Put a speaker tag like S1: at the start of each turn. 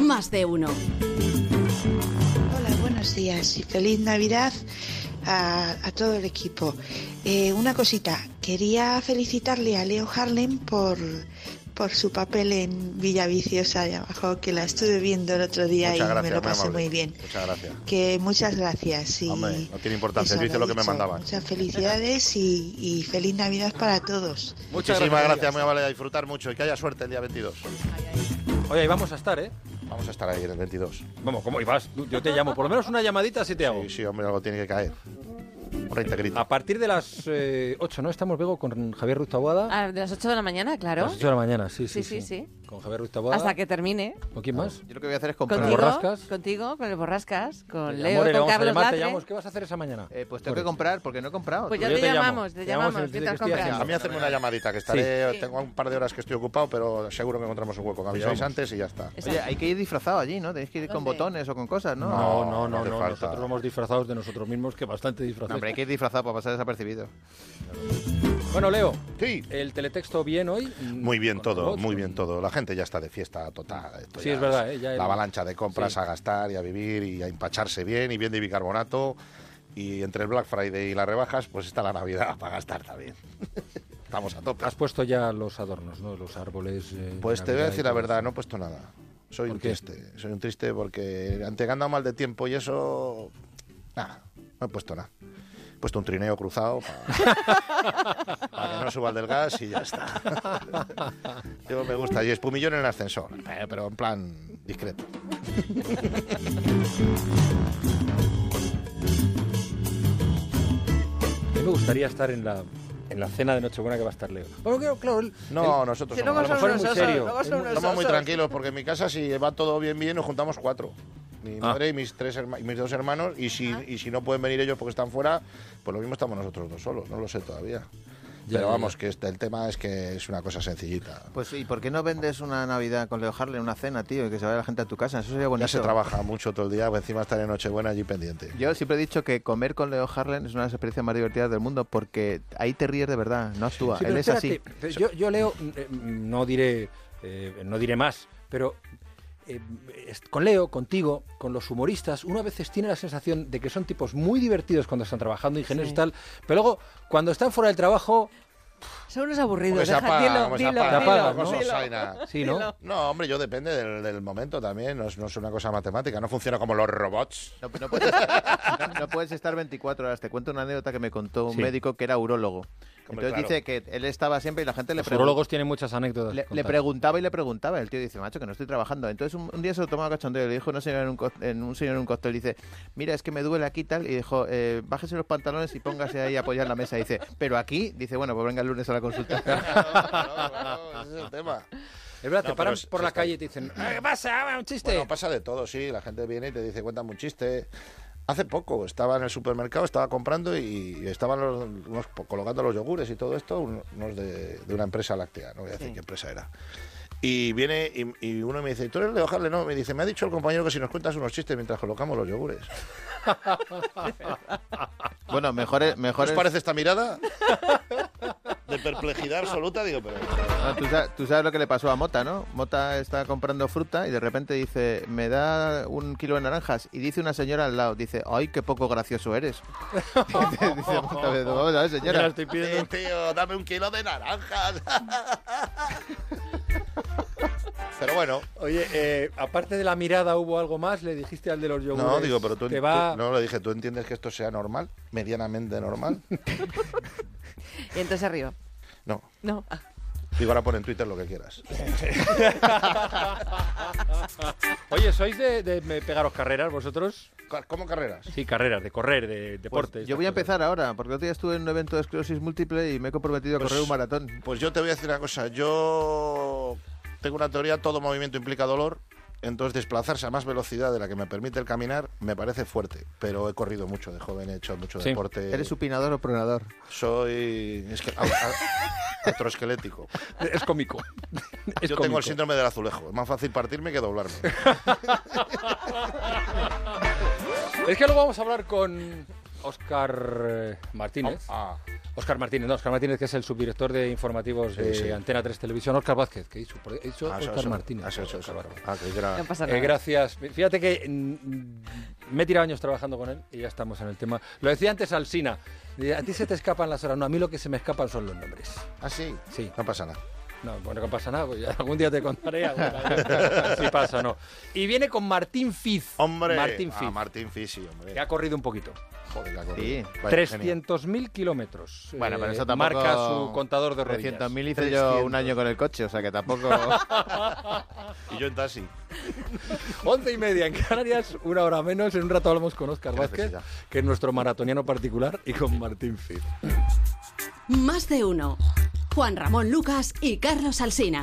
S1: Más de uno.
S2: Hola, buenos días y feliz Navidad a, a todo el equipo. Eh, una cosita, quería felicitarle a Leo Harlem por, por su papel en Villaviciosa de abajo, que la estuve viendo el otro día
S3: Muchas
S2: y
S3: gracias,
S2: me lo
S3: muy
S2: pasé
S3: amable.
S2: muy bien.
S3: Muchas gracias.
S2: Que muchas gracias. Y
S3: Hombre, no tiene importancia,
S2: eso
S3: tú dices lo que me
S2: dicho,
S3: mandaban.
S2: Muchas felicidades y, y feliz Navidad para todos.
S3: Muchísimas gracias, muy amable, a disfrutar mucho y que haya suerte el día 22.
S4: Oye, ahí vamos a estar, ¿eh?
S3: Vamos a estar ahí en el 22.
S4: Vamos, ¿cómo ibas? Yo te llamo, por lo menos una llamadita si te hago.
S3: Sí, sí, hombre, algo tiene que caer. Una integridad.
S4: A partir de las eh, 8, ¿no? Estamos, Bego, con Javier Ruiz Taboada.
S5: Ah, de las 8 de la mañana,
S4: A
S5: claro.
S4: las 8 de la mañana, sí, sí.
S5: Sí, sí,
S4: Con Javier Ruiz Taboada.
S5: Hasta que termine.
S4: ¿Con quién más?
S6: Yo lo que voy a hacer es comprar.
S5: Contigo,
S4: Borrascas?
S5: contigo, con el Borrascas, con
S4: Te
S5: Leo,
S4: llamaré, le
S5: con
S4: vamos a
S5: Carlos
S4: llamar, te
S5: Latre.
S4: llamamos. ¿Qué vas a hacer esa mañana?
S6: Eh, pues tengo que comprar porque no he comprado.
S5: Pues
S4: Yo
S5: ya
S4: te
S5: te
S4: llamo.
S5: llamamos,
S4: Te
S5: te
S4: llamamos
S5: llamamos,
S4: en el
S5: mientras
S4: día que estoy
S5: compras.
S3: A mí hacerme una llamadita, que estaré,
S5: Sí.
S3: tengo un par de horas que estoy ocupado, pero seguro que encontramos un hueco. Me avisáis
S4: vamos.
S3: antes y ya está.
S6: Oye, hay que ir disfrazado allí, ¿no? Tenéis que ir con
S5: ¿Dónde?
S6: botones o con cosas, ¿no?
S4: No,
S3: No, no
S4: no, no,
S3: hace
S4: no,
S3: falta.
S4: nosotros vamos disfrazados de nosotros mismos, que bastante
S6: No,
S4: disfrazados.
S6: hombre, hay que ir disfrazado para pasar desapercibido.
S4: bueno, Leo,
S3: Sí.
S4: el teletexto bien hoy.
S3: Muy bien
S4: Con
S3: todo,
S4: robots,
S3: muy
S4: con-
S3: bien todo. La gente ya está de fiesta total. Esto
S4: Sí,
S3: ya
S4: es verdad, ¿eh? Ya el-
S3: la avalancha de compras
S4: Sí.
S3: a gastar y a vivir y a empacharse bien y bien de bicarbonato. Y entre el Black Friday y las rebajas, pues está la Navidad para gastar también. Estamos a tope.
S4: Has puesto ya los adornos, ¿no? Los árboles. eh,
S3: Pues te voy a
S4: Navidad y
S3: decir la
S4: todo
S3: verdad,
S4: eso.
S3: no he puesto nada. Soy
S4: ¿Por
S3: un
S4: qué?
S3: triste, soy un triste porque ante que anda mal de tiempo y eso, nada, no he puesto nada. He puesto un trineo cruzado para, que no suba el del gas y ya está. Yo me gusta, y espumillón en el ascensor, eh, pero en plan discreto.
S4: A mí me gustaría estar en la, en la cena de Nochebuena que va a estar Leo. Bueno, claro, claro, él-
S3: No,
S4: él-
S3: nosotros
S4: pues a lo
S3: somos,
S4: mejor es muy serio.
S5: luego son
S4: Es muy-
S5: unos-
S3: somos muy tranquilos porque en mi casa si va todo bien, bien, nos juntamos cuatro. Mi
S4: Ah.
S3: madre y mis, tres herma- y mis dos hermanos, y si, y si no pueden venir ellos porque están fuera, pues lo mismo estamos nosotros dos solos, no lo sé todavía.
S4: Ya,
S3: Pero
S4: ya,
S3: vamos,
S4: ya.
S3: que este- el tema es que es una cosa sencillita.
S6: Pues, ¿y por qué no vendes una Navidad con Leo Harlem, una cena, tío, y que se vaya la gente a tu casa? Eso sería bonito.
S3: Ya se trabaja mucho todo el día, pues encima estar en Nochebuena allí pendiente.
S6: Yo siempre he dicho que comer con Leo Harlem es una de las experiencias más divertidas del mundo porque ahí te ríes de verdad, no actúa.
S4: Sí, pero
S6: Él es
S4: espérate,
S6: así.
S4: pero Yo, yo leo, eh, no diré, eh, no diré más, pero eh, es- con Leo, contigo, con los humoristas, uno a veces tiene la sensación de que son tipos muy divertidos cuando están trabajando, ingenieros y tal, pero luego cuando están fuera del trabajo,
S5: Son unos aburridos,
S3: Porque se
S5: deja,
S3: apaga,
S5: dilo,
S3: como se
S5: dilo,
S3: apaga,
S5: dilo,
S4: apaga,
S3: como
S4: ¿no?
S3: se
S5: dilo.
S3: asaina.
S4: sí, ¿no?
S3: No, hombre, yo depende del, del momento también, no es, no es una cosa matemática, no funciona como los robots.
S6: No, no puedes, no- no puedes estar 24 horas. Te cuento una anécdota que me contó un
S4: Sí.
S6: médico que era urólogo.
S3: Hombre,
S6: Entonces
S3: claro.
S6: dice que él estaba siempre y la gente le
S4: Los
S6: preguntaba.
S4: urólogos tienen muchas anécdotas.
S6: Le,
S4: que
S6: le
S4: contar.
S6: preguntaba y le preguntaba. El tío dice, macho, que no estoy trabajando. Entonces un, un día se lo tomaba cachondeo. y Le dijo una señora en un, co- en un señor en un cóctel, dice, mira, es que me duele aquí y tal. Y dijo, "Eh, bájese los pantalones y póngase ahí a apoyar la mesa. Y dice, pero aquí, dice, bueno, pues venga el lunes a la consulta.
S3: ese es el tema.
S4: Es verdad, te
S3: No,
S4: paran
S3: pero es-
S4: por la
S3: está-
S4: calle y te dicen, "Ah, ¿qué pasa? Un chiste.
S3: Bueno, pasa de todo, sí. La gente viene y te dice, cuéntame un chiste. Hace poco estaba en el supermercado, estaba comprando y, y estaban los- unos po- colocando los yogures y todo esto, un- unos de, de una empresa láctea, no voy a decir qué empresa era. Y viene y, y uno me dice, ¿tú eres Leo Harlem? No, me dice, me ha dicho el compañero que si nos cuentas unos chistes mientras colocamos los yogures.
S6: bueno, mejor, es-
S3: ¿No
S6: mejor
S3: os
S6: es-
S3: parece esta mirada? De perplejidad absoluta, digo, pero...
S6: Ah, tú, sa- tú sabes lo que le pasó a Mota, ¿no? Mota está comprando fruta y de repente dice, me da un kilo de naranjas. Y dice una señora al lado, dice, ay, qué poco gracioso eres. dice, dice Mota, "Pero vamos a ver,
S4: Mira,
S6: señora.
S4: estoy pidiendo-
S3: Sí, tío, dame un kilo de naranjas. Pero bueno,
S4: Oye, eh, aparte de la mirada, ¿hubo algo más? ¿Le dijiste al de los yogures?
S3: No, digo, pero tú,
S4: te
S3: tú-
S4: va...
S3: no lo dije, tú entiendes que esto sea normal, medianamente normal.
S5: Y entonces arriba.
S3: No,
S5: No.
S3: digo ahora pon en Twitter lo que quieras.
S4: Oye, ¿sois de, de me- pegaros carreras vosotros?
S3: Ca- ¿Cómo carreras?
S4: Sí, carreras, de correr, de
S6: Pues
S4: deporte.
S6: yo
S4: estas
S6: voy a
S4: cosas.
S6: empezar ahora, porque el otro día estuve en un evento de esclerosis múltiple y me he comprometido a
S3: Pues-
S6: correr un
S4: eh,
S6: maratón.
S3: Pues yo te voy a decir una cosa, yo tengo una teoría, todo movimiento implica dolor, entonces desplazarse a más velocidad de la que me permite el caminar me parece fuerte, pero he corrido mucho de joven, he hecho mucho
S4: Sí.
S3: deporte.
S6: ¿Eres supinador o pronador?
S4: eh,
S3: Soy es que, a- a- atroesquelético.
S4: Es cómico. Es
S3: yo
S4: cómico.
S3: tengo el síndrome del azulejo, es más fácil partirme que doblarme.
S4: Es que luego vamos a hablar con Óscar eh, Martínez,
S3: Ah,
S4: Oscar Martínez, no, Oscar Martínez, que es el subdirector de informativos
S3: Sí,
S4: de
S3: sí.
S4: Antena 3 Televisión. Oscar Vázquez, que hizo, he dicho
S3: Ah, eso-
S4: Oscar
S3: eso-
S4: Martínez.
S3: ah, eso- eso-
S4: Óscar Vázquez.
S3: ah, creí que era-
S5: No pasa
S4: Eh,
S5: nada.
S4: gracias. Fíjate que mm, me he tirado años trabajando con él y ya estamos en el tema. Lo decía antes Alsina. A ti se te escapan las horas. No, a mí lo que se me escapan son los nombres.
S3: Ah, sí.
S4: Sí.
S3: No pasa nada.
S4: No, bueno, no pasa nada. pues ya algún día te contaré. alguna- si pasa o no. Y viene con Martín Fiz.
S3: Hombre.
S4: Martín
S3: ah,
S4: Fiz.
S3: Martín Fiz, sí, hombre.
S4: que ha corrido un poquito.
S3: Joder, la corrida.
S6: Sí.
S3: Vaya,
S4: 300.000 kilómetros.
S6: Bueno, pero
S4: eh,
S6: eso tampoco...
S4: Marca su contador de rodillas.
S6: 300.000 hice yo un año con el coche, o sea que tampoco...
S3: genio. Y yo en taxi.
S4: 11 y media en Canarias, una hora menos. En un rato hablamos con Óscar
S3: Qué
S4: Vázquez,
S3: necesidad.
S4: que es nuestro maratoniano particular, y con Martín Fiz.
S1: Más de uno. Juan Ramón Lucas y Carlos Alsina.